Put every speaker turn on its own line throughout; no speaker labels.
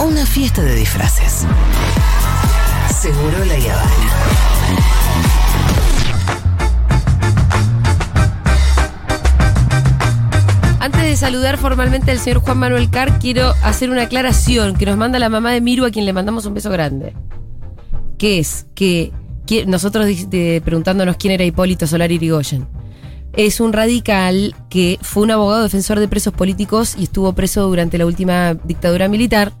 una fiesta de disfraces. Seguro la Habana.
Antes de saludar formalmente al señor Juan Manuel Carr, quiero hacer una aclaración que nos manda la mamá de Miru, a quien le mandamos un beso grande. Que es que, que nosotros di- de- preguntándonos quién era Hipólito Solar Irigoyen. Es un radical que fue un abogado defensor de presos políticos y estuvo preso durante la última dictadura militar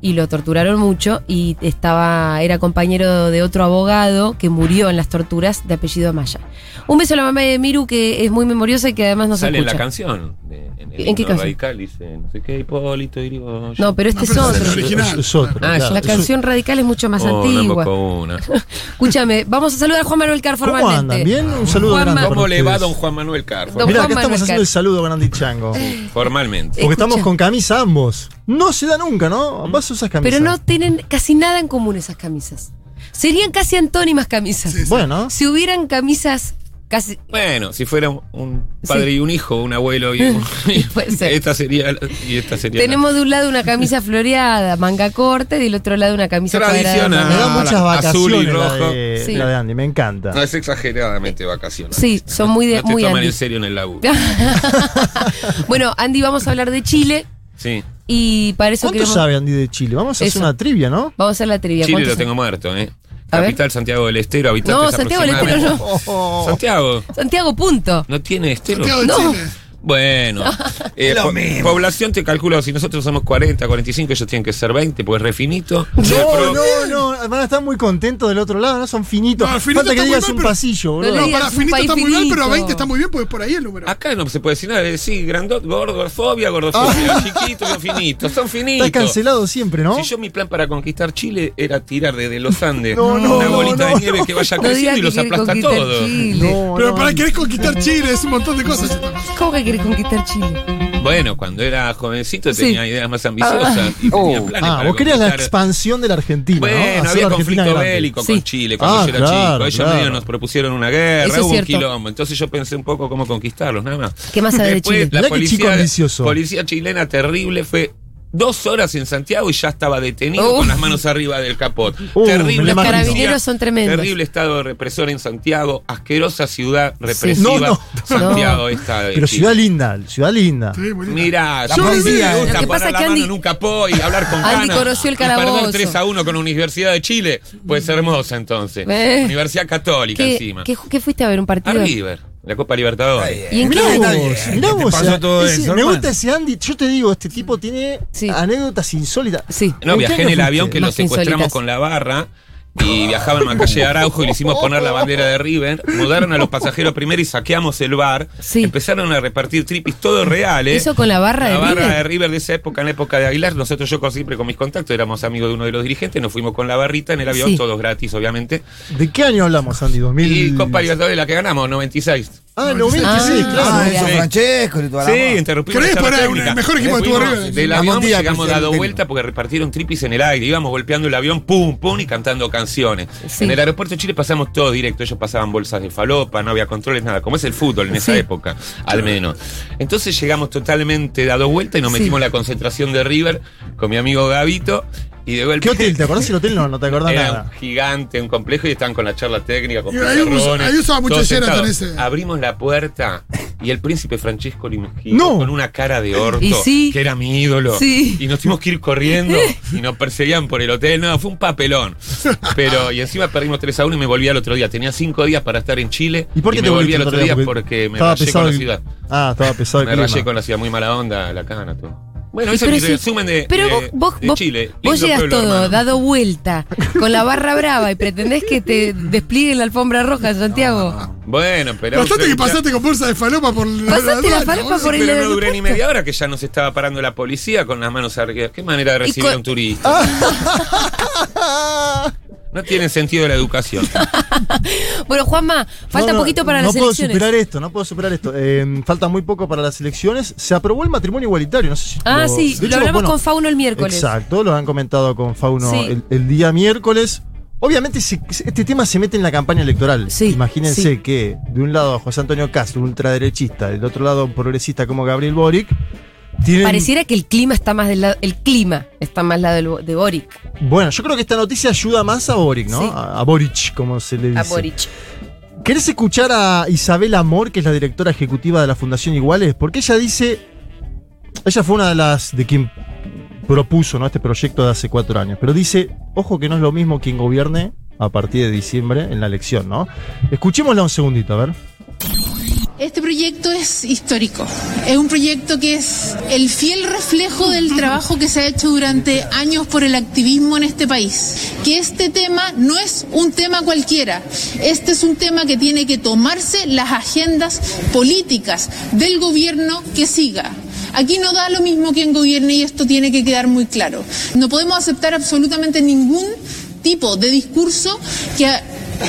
y lo torturaron mucho y estaba era compañero de otro abogado que murió en las torturas de apellido Maya. Un beso a la mamá de Miru que es muy memoriosa y que además nos
Sale en
escucha.
la canción. de- en el
¿En qué
himno
canción?
Radical dice, no sé qué, Hipólito, Yrigoyen.
No, pero este es
No, pero es
otro.
el original.
Es otro,
Ah,
claro.
La
Es un-
canción radical es mucho más
Oh, no
antigua.
invocó una.
Escúchame, vamos a saludar a Juan Manuel Carr
¿Cómo
formalmente.
andan? ¿Bien? Un saludo
Juanma.
grande.
¿Cómo le va
ustedes.
don Juan Manuel Carfo?
Don
Mirá,
Juan
acá estamos
Manuel Car-
haciendo el saludo Grande y Chango.
Eh,
Porque
Formalmente.
Escucha.
estamos con camisa ambos. No se da nunca, ¿no? Vos usas camisa.
Pero no tienen casi nada en común esas camisas. Serían casi antónimas camisas.
Bueno,
Si hubieran camisas casi.
Bueno, si fuera un padre
Sí.
y un hijo, un abuelo y un...
Puede ser.
esta sería la- y esta sería la-
Tenemos de un lado una camisa floreada, manga corta, y del otro lado una camisa
Tradicional.
cuadrada.
me da
Ah,
manga-
muchas
la-
vacaciones
azul y
La,
rojo. Ah,
de,
Sí.
la de Andy, me encanta.
No, es exageradamente vacacional.
Sí, son muy de-
No te
muy
toman
Andy.
en serio en el laburo.
bueno, Andy, vamos a hablar de Chile
Sí.
y para eso
¿Cuánto
queremos.
sabe Andy de Chile? Vamos a
Eso.
hacer una trivia, ¿no?
Vamos a hacer la trivia.
Chile
¿Cuánto
lo
sabe?
tengo muerto, ¿eh?
A ver.
Capital Santiago del Estero, habitantes
No, Santiago del Estero
aproximadamente-
no.
Santiago,
Santiago, punto.
¿no tiene estero?
Santiago de
No.
Chile.
Bueno, eh, po- población te calculo, si nosotros somos 40, 45, ellos tienen que ser 20, pues refinito. Eh,
No, no, no, van a estar muy contentos del otro lado, ¿no? Son finitos.
No, finito
Falta que
está muy
digas
mal,
un
pero-
pasillo,
No
boludo.
le-
No,
Digas,
para
un
finito
país
está muy bien, pero
finito.
20 está muy bien, porque es por ahí el
Ah,
número.
Acá no se puede decir nada, es decir, grandot, gordofobia, gordofobia, chiquito, no finito, son finitos.
Ah. Está cancelado siempre, ¿no?
Si yo mi plan para conquistar Chile era tirar desde los Andes
No, no,
una
no,
bolita
no.
de nieve que vaya
No digas
creciendo y
que
los
quiere
aplasta
conquistar
todos.
Chile.
No,
Pero
no,
para querés conquistar Chile, es un montón de cosas.
¿Cómo que querés conquistar Chile?
Bueno, cuando era jovencito
Sí.
tenía ideas más ambiciosas y tenía
Ah,
planes para
vos querías la
conquistar-
expansión de la Argentina. ¿no?
Bueno,
Hacer
había
la Argentina
conflicto
grande.
bélico
Sí.
con Chile cuando
Ah,
yo era
claro,
chico. Ellos
claro.
medio nos propusieron una guerra,
Eso es
hubo un
cierto.
quilombo. Entonces yo pensé un poco cómo conquistarlos, nada más.
¿Qué más sabe de
Después,
Chile?
La
Mirá qué chico
policía,
ambicioso.
policía chilena terrible fue dos horas en Santiago y ya estaba detenido
Uh.
con las manos arriba del capot.
Uh, me
terrible.
lo
policía,
Los
imagino.
carabineros son tremendos.
Terrible estado represor en Santiago, asquerosa ciudad represiva.
No, no.
Santiago esta de
Pero
Chile.
ciudad linda, ciudad linda.
Sí,
Pues
bonito.
Mirá,
La
yo me
policía, eh.
gusta
Lo que pasa
poner la
es que Andy-
mano en un capó y hablar con
Andy
ganas.
conoció el
Y perder
calabozo.
3 a 1 con Universidad de Chile. Pues hermosa entonces.
Eh.
Universidad Católica
¿Qué,
encima.
qué, ju- qué fuiste a ver un
A
partido?
River, la Copa Libertadores.
¿Y en qué?
Mirá
andas?
vos,
bien,
mirá
¿qué te
vos,
pasó
o sea,
todo
ese-
eso,
me
hermano?
gusta ese Andy. Yo te digo, este tipo tiene
Sí.
anécdotas insólitas.
Sí.
No,
¿En qué
viajé en el
año
avión
fuiste?
que lo
Más que insólitas.
secuestramos con la barra. Y viajaba en Macalle de Araujo y le hicimos poner la bandera de River. Mudaron a los pasajeros primero y saqueamos el bar.
Sí.
Empezaron a repartir tripis, todo real, ¿eh?
¿Eso con la barra de
La barra
Ah, River?
de River de esa época, en la época de Aguilar. Nosotros, yo con- siempre con mis contactos, éramos amigos de uno de los dirigentes. Nos fuimos con la barrita en el avión,
Sí.
todos gratis, obviamente.
¿De qué año hablamos, Andy? Ah, 2000.
Y Copa Libertadores, la que ganamos, 96.
Ah, 96,
Ah,
claro.
Ah,
ya.
eso, Francesco y toda la
Sí,
mano.
interrumpimos
¿Querés
la charla
poner un-
técnica.
el mejor equipo que tuvo
Fuimos
River?
Del
La
avión
Mondía,
llegamos
presidente
dado
del
vuelta porque repartieron tripis en el aire. Íbamos golpeando el avión, pum, pum, y cantando canciones.
Sí.
En el aeropuerto de Chile pasamos todo directo. Ellos pasaban bolsas de falopa, no había controles, nada. Como es el fútbol en esa
Sí.
época, al menos. Entonces llegamos totalmente dado vuelta y nos
Sí.
metimos en la concentración de River con mi amigo Gavito. Y de golpe
¿Qué hotel? ¿Te acordás el hotel? No, no te acordás
era
nada.
un gigante, un complejo y estaban con la charla técnica. Con
Y ahí usa-
pizarrones,
ahí usaba mucho
todos
Sheraton
sentados.
ese.
Abrimos la puerta y el príncipe Francesco Limogino
No.
con una cara de orto,
Y sí.
que era mi ídolo.
Sí.
Y nos tuvimos que ir corriendo y nos perseguían por el hotel. No, fue un papelón. Pero, y encima perdimos 3 a 1 y me volví al otro día. Tenía 5 días para estar en Chile.
¿Y por qué
me
te
volví al
volviste
otro día? Porque me
estaba
rayé
pesado
con la
el-
ciudad.
Ah, estaba pesado el
Me
clima.
rayé con la ciudad, muy mala onda la cana, tú. Bueno,
Sí,
ese es mi
pero sí.
resumen de,
Pero
de-
vos, vos,
de
vos-
Chile.
vos
Lindo
llegas
pueblo,
todo
hermano.
dado vuelta con la barra brava y pretendés que te despliegue la alfombra roja en Santiago.
Bueno, pero.
Bastante que
pero-
pasaste con bolsa de falopa por la.
Pasaste la
aduana,
falopa
boludo.
por el-
Pero no duré ni
aeropuerto.
media hora que ya nos estaba parando la policía con las manos arriba. Qué manera de recibir
con-
a un turista.
Ah.
No tiene sentido la educación.
Bueno, Juanma, falta
No, no,
poquito para
no
las elecciones.
puedo superar esto, no puedo superar esto. Eh, falta muy poco para las elecciones. Se aprobó el matrimonio igualitario, no sé si.
Ah,
lo-
sí,
de
lo
hecho,
hablamos
bueno,
con Fauno el miércoles.
Exacto, lo han comentado con Fauno
Sí.
el, el día miércoles. Obviamente se- este tema se mete en la campaña electoral.
Sí,
Imagínense
sí.
que de un lado a José Antonio Castro, un ultraderechista, del otro lado un progresista como Gabriel Boric, Tienen-
Pareciera que el clima está más del lado. El clima está más lado del, Bo- de Boric.
Bueno, yo creo que esta noticia ayuda más a Boric, ¿no?
Sí.
A, a Boric, como se le dice.
A Boric.
¿Querés escuchar a Isabel Amor, que es la directora ejecutiva de la Fundación Iguales? Porque ella dice. Ella fue una de las de quien propuso ¿no? este proyecto de hace cuatro años. Pero dice, ojo que no es lo mismo quien gobierne a partir de diciembre en la elección, ¿no? Escuchémosla un segundito, a ver.
Este proyecto es histórico. Es un proyecto que es el fiel reflejo del trabajo que se ha hecho durante años por el activismo en este país. Que este tema no es un tema cualquiera. Este es un tema que tiene que tomarse las agendas políticas del gobierno que siga. Aquí no da lo mismo quien gobierne y esto tiene que quedar muy claro. No podemos aceptar absolutamente ningún tipo de discurso que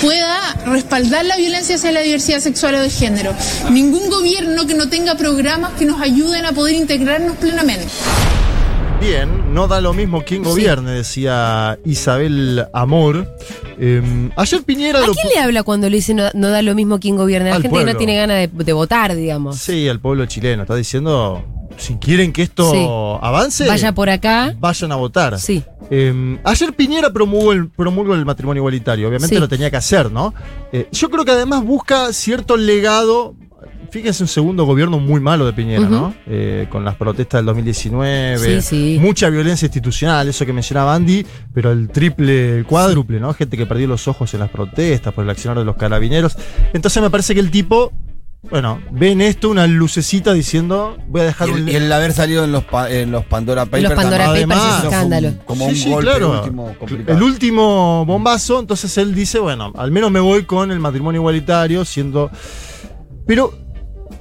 pueda respaldar la violencia hacia la diversidad sexual o de género. Ningún gobierno que no tenga programas que nos ayuden a poder integrarnos plenamente.
Bien, no da lo mismo quien gobierne, decía Isabel Amor. Eh, ayer Piñera
¿A
lo
quién
pu-
le habla cuando le dice no, no da lo mismo quien gobierna? La
Al
gente que
pueblo.
no tiene ganas de, de votar, digamos.
Sí, al pueblo chileno. Está diciendo, si quieren que esto
Sí.
avance,
Vaya por acá.
vayan a votar.
Sí.
Eh, ayer Piñera promulgó el, promulgó el matrimonio igualitario, obviamente
Sí.
lo tenía que hacer, ¿no? Eh, yo creo que además busca cierto legado, fíjense un segundo gobierno muy malo de Piñera,
Ujú.
¿no? Eh, con las protestas del 2019,
Sí, sí.
mucha violencia institucional, eso que mencionaba Andy, pero el triple, el cuádruple, ¿no? Gente que perdió los ojos en las protestas por el accionar de los carabineros. Entonces me parece que el tipo... Bueno, ve en esto una lucecita diciendo, voy a dejar
Y el,
un...
y el haber salido en los, pa- en los Pandora Papers.
los Pandora
también.
Papers es
Eso fue un-
escándalo.
como
Sí,
un
sí,
golpe
claro.
último complicado.
El último bombazo, entonces él dice, bueno, al menos me voy con el matrimonio igualitario, siendo... Pero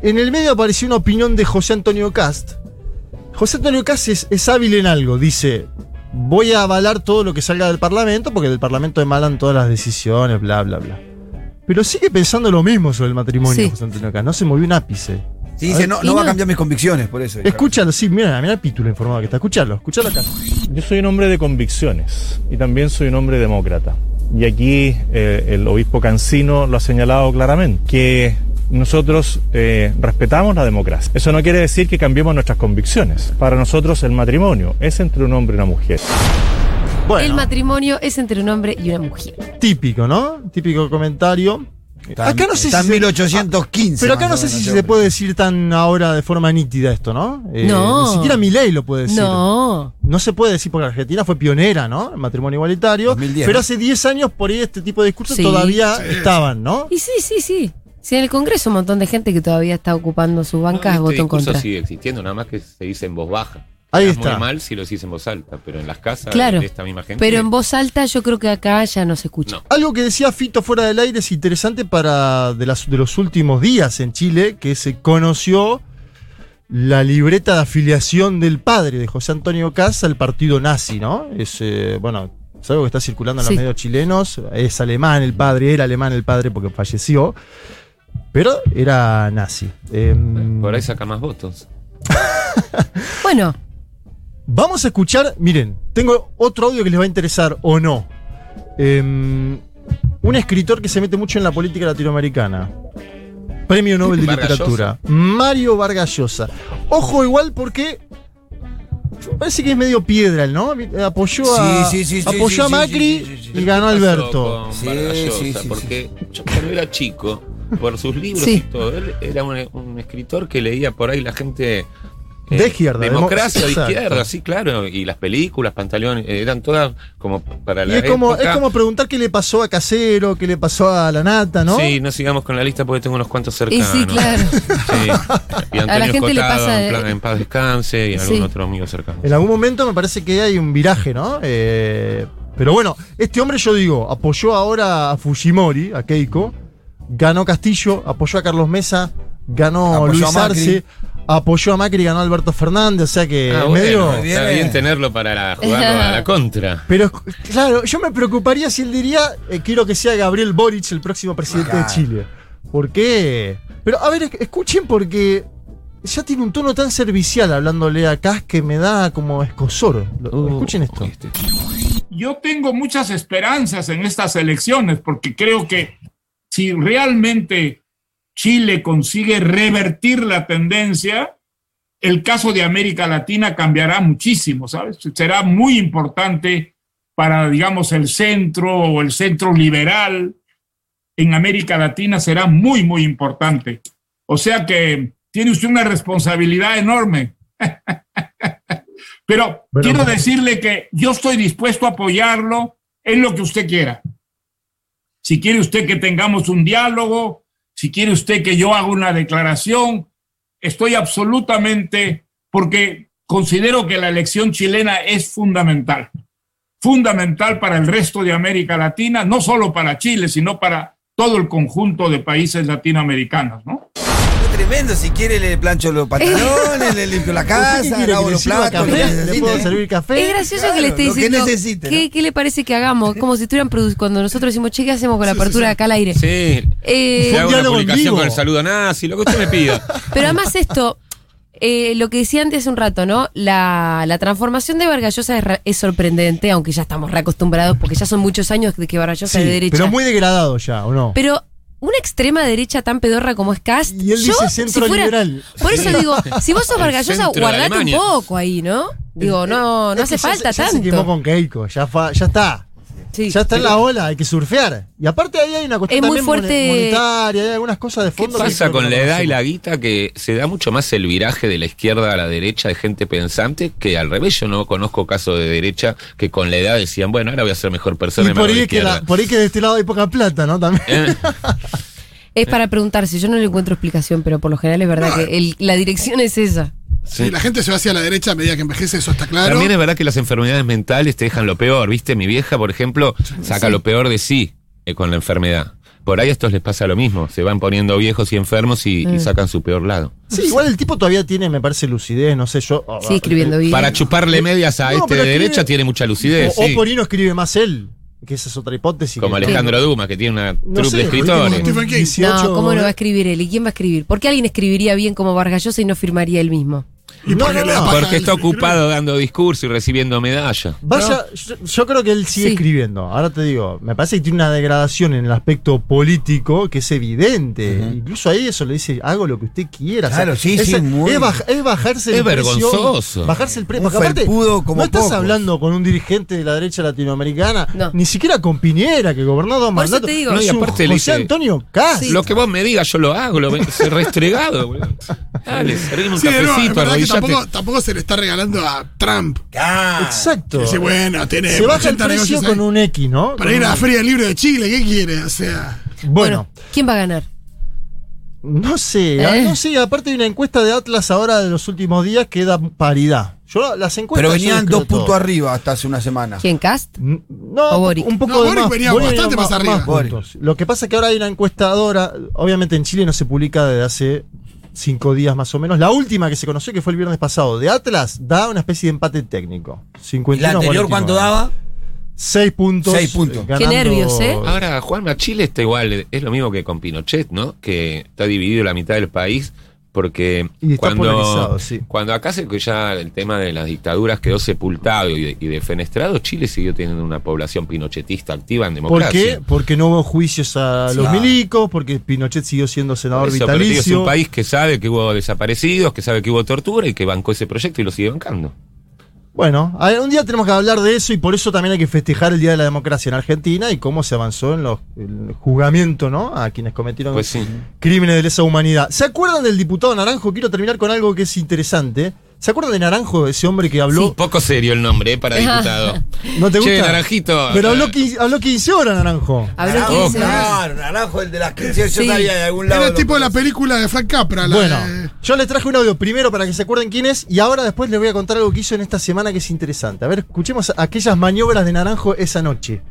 en el medio apareció una opinión de José Antonio Cast. José Antonio Cast es, es hábil en algo, dice, voy a avalar todo lo que salga del Parlamento, porque del Parlamento emanan todas las decisiones, bla, bla, bla. Pero sigue pensando lo mismo sobre el matrimonio,
Sí.
José Antonio Cast, no se movió un ápice.
Sí, dice, no,
Y
no va a
no.
cambiar mis convicciones, por eso.
Escúchalo, sí, mira, mira el pítulo informado que está, escúchalo, escúchalo acá.
Yo soy un hombre de convicciones y también soy un hombre demócrata. Y aquí eh, el obispo Cancino lo ha señalado claramente, que nosotros eh, respetamos la democracia. Eso no quiere decir que cambiemos nuestras convicciones. Para nosotros el matrimonio es entre un hombre y una mujer.
Bueno.
El matrimonio es entre un hombre y una mujer.
típico, ¿no? Típico comentario.
Está-
acá no sé
está
si
en
se-
1815
pero acá
más
no
o
sé
menos,
si
yo
se
creo.
puede decir tan ahora de forma nítida esto, ¿no? Eh,
No.
Ni siquiera Milei lo puede decir.
No.
No se puede decir porque Argentina fue pionera, ¿no? En matrimonio igualitario.
2010,
pero
¿no?
hace 10 años por ahí este tipo de discursos
Sí.
todavía estaban, ¿no?
Y sí, sí, sí. Sí, en el Congreso un montón de gente que todavía está ocupando sus bancas
Este
votó en
discurso
contra.
sigue existiendo, nada más que se dice en voz baja.
Ahí
Queda
está.
Muy mal si lo dice en voz alta, pero en las casas
Claro.
de esta misma gente. eh,
Pero en voz alta yo creo que acá ya no se escucha.
No.
Algo que decía Fito fuera del aire es interesante para de, las- de los últimos días en Chile, que se conoció la libreta de afiliación del padre de José Antonio Casa al partido nazi, ¿no? Es, eh, bueno, es algo que está circulando en los
Sí.
medios chilenos, es alemán el padre, era alemán el padre porque falleció, pero era nazi. Em,
Por ahí saca más votos.
Bueno,
Vamos a escuchar, miren, tengo otro audio que les va a interesar o no. Em, un escritor que se mete mucho en la política latinoamericana. Premio Nobel de
Vargas
Literatura. Mario Vargas Llosa. Ojo igual porque parece que es medio piedra, ¿no? Apoyó a,
Sí, sí, sí, sí,
apoyó
sí,
a
sí,
Macri
sí, sí, sí, sí.
y ganó
¿Qué pasó
Alberto.
con
Sí,
Vargas Llosa?
sí, sí,
porque yo cuando era chico, por sus libros
Sí.
y todo, él era un, un escritor que leía por ahí la gente. eh,
De izquierda, demo-
Democracia de
exacto.
izquierda, sí, claro. Y las películas, Pantaleón, eh, eran todas como para
Y
la
es como,
época.
es como preguntar qué le pasó a Casero, qué le pasó a la nata, ¿no?
Sí, no sigamos con la lista porque tengo unos cuantos
y
cercanos.
sí, claro.
Sí. Y Antonio
A la gente le
Escotado,
pasa de-
en, plan- en paz descanse y algún
Sí.
otro amigo cercano.
En algún momento me parece que hay un viraje, ¿no? Eh, pero bueno, este hombre, yo digo, apoyó ahora a Fujimori, a Keiko, ganó Castillo, apoyó a Carlos Mesa, ganó
Apoyó
Luis
a Macri.
Arce, apoyó a Macri, ganó a Alberto Fernández, o sea que
Ah,
en
bueno,
medio.
muy
está
bien.
bien tenerlo para la- jugarlo a la contra.
Pero claro, yo me preocuparía si él diría, eh, quiero que sea Gabriel Boric el próximo presidente
Claro.
de Chile. ¿Por qué? Pero a ver, esc- escuchen porque ya tiene un tono tan servicial hablándole a Cas que me da como escosor. Lo-
Uh,
escuchen esto.
Este,
Yo tengo muchas esperanzas en estas elecciones porque creo que si realmente Chile consigue revertir la tendencia, el caso de América Latina cambiará muchísimo, ¿sabes? Será muy importante para, digamos, el centro o el centro liberal en América Latina será muy, muy importante. O sea que tiene usted una responsabilidad enorme. Pero
Bueno,
quiero
bueno.
decirle que yo estoy dispuesto a apoyarlo en lo que usted quiera. Si quiere usted que tengamos un diálogo, si quiere usted que yo haga una declaración, estoy absolutamente, porque considero que la elección chilena es fundamental, fundamental para el resto de América Latina, no solo para Chile, sino para todo el conjunto de países latinoamericanos, ¿no?
Fue tremendo, si quiere le plancho los pantalones, le limpio la
¿Usted qué
casa,
quiere
lavo
que le
los
sirva
platos, lo que
café? ¿Le puedo
necesite.
servir café?
Es gracioso
claro,
que le esté
lo que
diciendo.
necesite,
¿qué,
¿no?
qué le parece que hagamos? Como si estuvieran produciendo. Cuando nosotros decimos, che, ¿qué hacemos con la
Sí, sí,
apertura
sí.
acá al aire?
Sí.
Eh,
Le hago una
diálogo en
publicación
vivo.
con el saludo nazi, lo que usted me pida.
Pero además esto, eh, lo que decía antes hace un rato, ¿no? La, la transformación de Vargallosa es, ra- es sorprendente, aunque ya estamos reacostumbrados, porque ya son muchos años de que Vargallosa es de
Sí,
derecha.
pero muy degradado ya, ¿o no?
Pero una extrema derecha tan pedorra como es Cast.
Y él
yo,
dice centro liberal.
Por eso digo, si vos sos
El
Vargallosa,
centro de
guardate un
Alemania.
poco ahí, ¿no? Digo, no, no
Es que
hace
ya-
falta
ya Se quemó
tanto.
con Keiko, ya, fa- ya está.
Sí.
ya está en la ola, hay que surfear. Y aparte ahí hay una cuestión
Es muy
también
fuerte-
monetaria, hay algunas cosas de
¿Qué
fondo. que
pasa
creo que
con
no
la edad y la
conocemos.
guita que se da mucho más el viraje de la izquierda a la derecha de gente pensante que al revés? Yo no conozco casos de derecha que con la edad decían, bueno, ahora voy a ser mejor persona y, me
Y por
hago
ahí,
de
es que la-
izquierda.
por ahí que de este lado hay poca plata, ¿no? También.
Eh,
Es para preguntarse, yo no le encuentro explicación, pero por lo general es verdad que el- la dirección es esa.
sí.
Y la gente se va hacia la derecha a medida que envejece, eso está claro.
También es verdad que las enfermedades mentales te dejan lo peor, ¿viste? Mi vieja, por ejemplo, saca lo peor de sí eh, con la enfermedad. Por ahí a estos les pasa lo mismo, se van poniendo viejos y enfermos y, y
Mm.
sacan su peor lado.
Sí, igual el tipo todavía tiene, me parece, lucidez, no sé yo. ah,
Sí, escribiendo bien.
Para chuparle medias a
No,
este
pero
de
tiene-
derecha tiene mucha
O,
lucidez,
o
sí.
por ahí no escribe más él, que esa es otra hipótesis.
como
que-
Alejandro Dumas, que tiene una
No
trupe
sé,
de
por ahí
escritores.
tiene
Stephen King.
18
no, ¿cómo no va a escribir él? ¿Y quién va a escribir? ¿Por qué alguien escribiría bien como Vargallosa y no firmaría él mismo?
Y
No,
porque
no,
le da
no.
paja
Porque
al-
está ocupado dando discurso y recibiendo medalla.
Vaya, yo, yo creo que él sigue
Sí.
escribiendo. Ahora te digo, me parece que tiene una degradación en el aspecto político que es evidente. Incluso ahí eso le dice, hago lo que usted quiera.
Claro, sí,
es,
sí, muy-
es, baj- es bajarse
Es
el precio,
vergonzoso.
bajarse el precio.
Un felpudo como
no estás
pocos.
hablando con un dirigente de la derecha latinoamericana,
No.
ni siquiera con Piñera, que gobernó dos
Por eso
mandatos.
te digo.
No, y
Es un
aparte
José
José Antonio Cas.
Lo que vos me digas, yo lo hago. Lo, se restregado, boludo. Dale, servime un
Sí, no, es
cafecito,
verdad que
arrodillate.
tampoco, tampoco se le está regalando a Trump.
Ah,
Exacto.
Dice, bueno, tiene
Se baja el
80
precio
negocios ahí.
con un X, ¿no?
Para ir a la Feria del Libro de Chile, ¿qué quiere? O sea,
Bueno.
¿quién va a ganar?
No sé, ah,
¿Eh?
no sé, aparte hay una encuesta de Atlas ahora de los últimos días que da paridad. Yo las encuestas
Pero
yo
venían
descreo
dos puntos
todo.
arriba hasta hace una semana.
¿Quién cast?
N-
O
No,
Boric.
un poco
No,
de
Boric
más,
venía bastante más arriba.
Boric.
puntos. Lo que pasa es que ahora hay una encuestadora, obviamente en Chile no se publica desde hace cinco días más o menos. La última que se conoció, que fue el viernes pasado, de Atlas, da una especie de empate técnico.
¿Y la
51
anterior cuánto daba?
Seis puntos.
Seis puntos.
eh,
Qué
ganando-
nervios, ¿eh?
Ahora, Juanma, Chile está igual. Es lo mismo que con Pinochet, ¿no? Que está dividido la mitad del país. Porque
Y está
cuando,
polarizado, sí.
cuando acá se que ya el tema de las dictaduras quedó sepultado y, de- y defenestrado, Chile siguió teniendo una población pinochetista activa en
¿Por qué?
democracia.
Porque no hubo juicios a los
Ah.
milicos, porque Pinochet siguió siendo senador
Eso, pero digo, es
vitalicio.
un país que sabe que hubo desaparecidos, que sabe que hubo tortura y que bancó ese proyecto y lo sigue bancando.
Bueno, a ver, un día tenemos que hablar de eso y por eso también hay que festejar el Día de la Democracia en Argentina y cómo se avanzó en los en el juzgamiento, ¿no? A quienes cometieron
Pues sí.
crímenes de lesa humanidad. ¿Se acuerdan del diputado Naranjo? Quiero terminar con algo que es interesante. ¿Se acuerdan de Naranjo, ese hombre que habló?
Un poco serio el nombre eh, para diputado.
¿No te
Che,
gusta?
Naranjito. eh.
Pero habló, quin- habló 15 horas, Naranjo.
Habló
Ah,
quién
vos,
se-
Claro, naranjo, el de las 15, yo
Sí.
sabía de algún lado.
era
lo
tipo la
conocía.
película de Frank Capra. la
Bueno,
de-
yo les traje un audio primero para que se acuerden quién es y ahora después les voy a contar algo que hizo en esta semana que es interesante. A ver, escuchemos aquellas maniobras de Naranjo esa noche.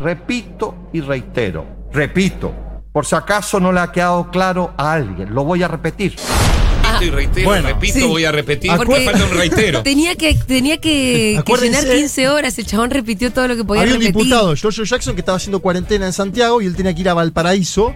Repito y reitero, repito, por si acaso no le ha quedado claro a alguien, lo voy a repetir.
Repito y reitero,
bueno,
repito,
sí.
voy a repetir.
Ah, Porque
Porque falta un reitero.
Tenía que, tenía que, que
Acuérdense-
llenar 15 horas. El chabón repitió todo lo que podía
Había un
repetir.
diputado, Giorgio Jackson, que estaba haciendo cuarentena en Santiago y él tenía que ir a Valparaíso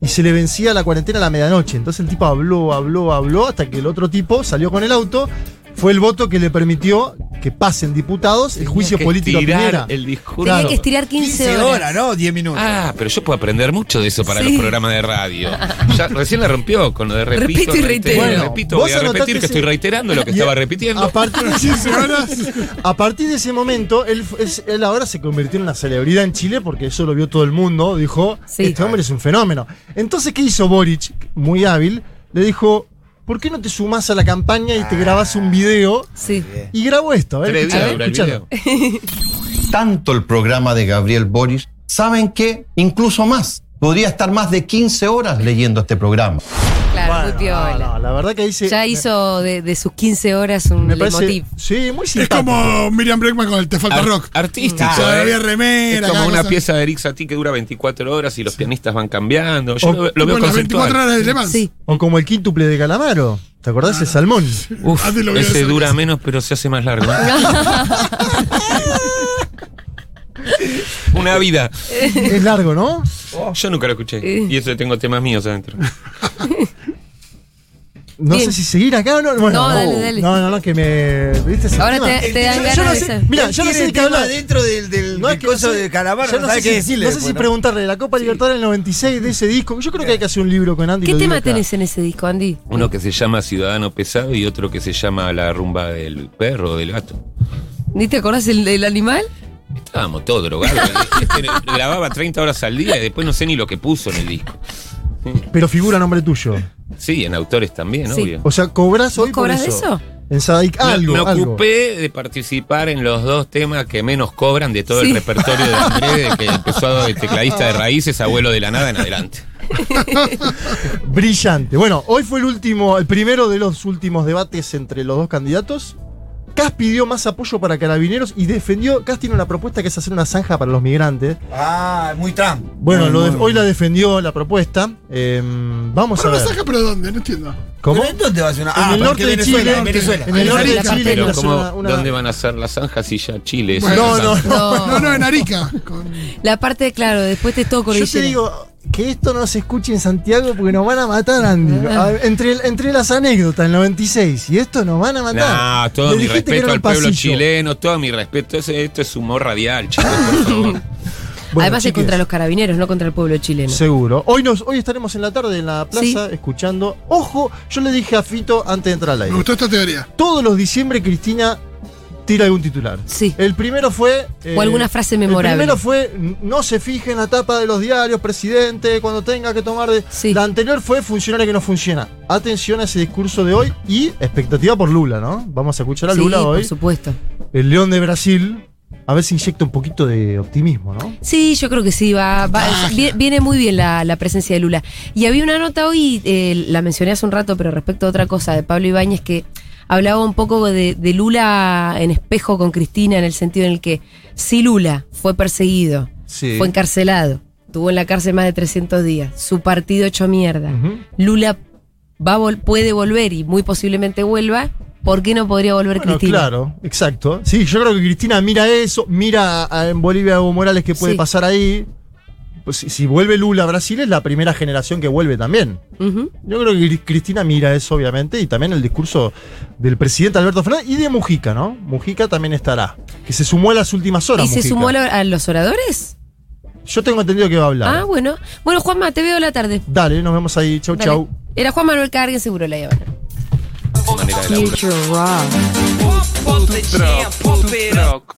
y se le vencía la cuarentena a la medianoche. Entonces el tipo habló, habló, habló hasta que el otro tipo salió con el auto. Fue el voto que le permitió que pasen diputados el juicio
que
político a
estirar
Piñera.
el discurso.
Tenía
Claro.
que estirar 15,
15
horas.
horas, ¿no? 10 minutos.
Ah, pero yo puedo aprender mucho de eso para
Sí.
los programas de radio. Ya, recién la rompió con lo de repito,
Repito y
reitero.
reitero.
Eh, repito,
Vos
voy a
anotate
repetir que
ese-
estoy reiterando lo que
Y
estaba
a-
repitiendo.
A partir, de 15 horas, a partir de ese momento, él, fu- es- él ahora se convirtió en una celebridad en Chile porque eso lo vio todo el mundo. Dijo,
Sí.
este hombre es un fenómeno. Entonces, ¿qué hizo Boric? Muy hábil. Le dijo, ¿por qué no te sumás a la campaña y te grabás un video?
Sí.
Y grabó esto. A ver,
Ah. Tres días
escuchalo,
dura el
escuchalo.
video.
tanto el programa de Gabriel Boris, saben que incluso más. Podría estar más de 15 horas leyendo este programa.
Claro,
Bueno,
muy piola.
no, no, la verdad que ahí se-
Ya
me-
hizo de, de sus 15 horas un
me parece-
leitmotiv.
Sí, Ah, muy
Es
simpático.
como Miriam Breckman con el Te Falta
Ar-
Rock.
Artístico.
Ah,
Se
¿eh?
había
Es
remera.
como
cada
una
cosa.
pieza de Eric Satie que dura 24 horas y los pianistas van cambiando. Yo
O-
lo, veo- lo veo
Tipo, las
conceptual.
24 horas de Le Mans.
Sí.
O como el quíntuple de Calamaro. ¿Te acordás?
Ah.
El salmón.
Uf,
Antes lo veo de
ese
cerca.
dura menos, pero se hace más largo. Una vida.
es largo, ¿no?
Yo nunca lo escuché. Y eso tengo temas míos adentro.
No
Bien.
sé si seguir acá o no. Bueno,
No, dale, dale.
No, no, no, que me. ¿Viste ese
Ahora
tema?
te, te dan
Yo- yo
ganas
no
de
sé-
ser.
Mira, yo no sé de qué hablar.
dentro del, del,
No
del
es que
coso
no sé-
de calamar,
yo
no, sabe
sé
qué
si-
decirle.
No sé
después,
si preguntarle la Copa Libertadores del 96 de ese disco. Yo creo que hay que hacer un libro con Andy.
¿Qué
lo digo
tema
acá.
tenés en ese disco, Andy?
Uno que se llama Ciudadano Pesado y otro que se llama La rumba del perro o del gato.
¿Ni te acordás del, del animal?
Estábamos todos drogados. Este grababa 30 horas al día y después no sé ni lo que puso en el disco.
Pero figura nombre tuyo.
Sí, en autores también,
Sí.
obvio.
O sea, ¿cobras
¿Vos
hoy por
cobrás de eso?
En Sadaic,
Me-
algo.
me
algo.
ocupé de participar en los dos temas que menos cobran de todo
Sí.
el repertorio de Andrés, de que empezó de tecladista de raíces, abuelo de la nada en adelante.
Brillante. Bueno, hoy fue el último, el primero de los últimos debates entre los dos candidatos. Cas pidió más apoyo para carabineros y defendió. Cas tiene una propuesta que es hacer una zanja para los migrantes.
¿no? Ah, muy Trump.
Bueno,
Muy,
lo
muy,
de-
muy.
hoy la defendió la propuesta. Em, vamos a
Pero no
ver.
saca, pero ¿dónde? No entiendo.
¿Cómo?
¿Pero en dónde vas a una?
Ah,
en el norte de Chile.
En Ah, Venezuela.
En el norte de
Venezuela.
Chile.
Pero
quiere hacer
¿cómo,
una- una-
¿dónde van a ser las zanjas si ya Chile es
No, no, no.
No.
No, no, en Arica. Con-
La parte, de, claro, después te toco
Yo te digo que esto no se escuche en Santiago porque nos van a matar, Andy. A- Entre, el- entre las anécdotas, el 96, y esto nos van a matar.
No, todo
Le
mi
dijiste que
respeto
era
al
un
pueblo
pasillo.
chileno, todo mi respeto. Ese- Esto es humor radial, chicos, por favor.
Bueno,
Además es
chiques,
contra los carabineros, no contra el pueblo chileno.
Seguro. Hoy, nos, hoy estaremos en la tarde en la plaza escuchando. Ojo, yo le dije a Fito antes de entrar al
Me
aire.
gustó esta teoría.
Todos los diciembre Cristina tira algún titular.
Sí.
El primero fue. eh,
O alguna frase memorable.
El primero fue: no se fije en la tapa de los diarios, presidente, cuando tenga que tomar. De...
Sí.
La anterior fue: funcionario que no funciona. Atención a ese discurso de hoy y expectativa por Lula, ¿no? Vamos a escuchar a
Sí,
Lula
por
hoy,
supuesto.
el león de Brasil. A ver si inyecta un poquito de optimismo, ¿no?
Sí, yo creo que sí, va, va-
Ah.
vie- viene muy bien la, la presencia de Lula. Y había una nota hoy, eh, la mencioné hace un rato, pero respecto a otra cosa, de Pablo Ibáñez, que hablaba un poco de, de Lula en espejo con Cristina, en el sentido en el que si Lula fue perseguido,
Sí.
fue encarcelado, tuvo en la cárcel más de 300 días, su partido hecho mierda,
Ujú.
Lula va a vol- puede volver y muy posiblemente vuelva, ¿por qué no podría volver
Bueno,
Cristina?
claro, exacto. Sí, yo creo que Cristina mira eso, mira a- a- en Bolivia a Evo Morales que puede
Sí.
pasar ahí. Pues si, si vuelve Lula a Brasil es la primera generación que vuelve también.
Ujú.
Yo creo que Cri- Cristina mira eso, obviamente, y también el discurso del presidente Alberto Fernández y de Mujica, ¿no? Mujica también estará, que se sumó a las últimas horas.
¿Y se
Mujica.
sumó a la- a los oradores?
Yo tengo entendido que va a hablar.
Ah, bueno. Bueno, Juanma, te veo la tarde.
Dale, nos vemos ahí. Chau,
Dale.
chau.
Era Juan Manuel Carguen, seguro la llevan.
Manera de laburar.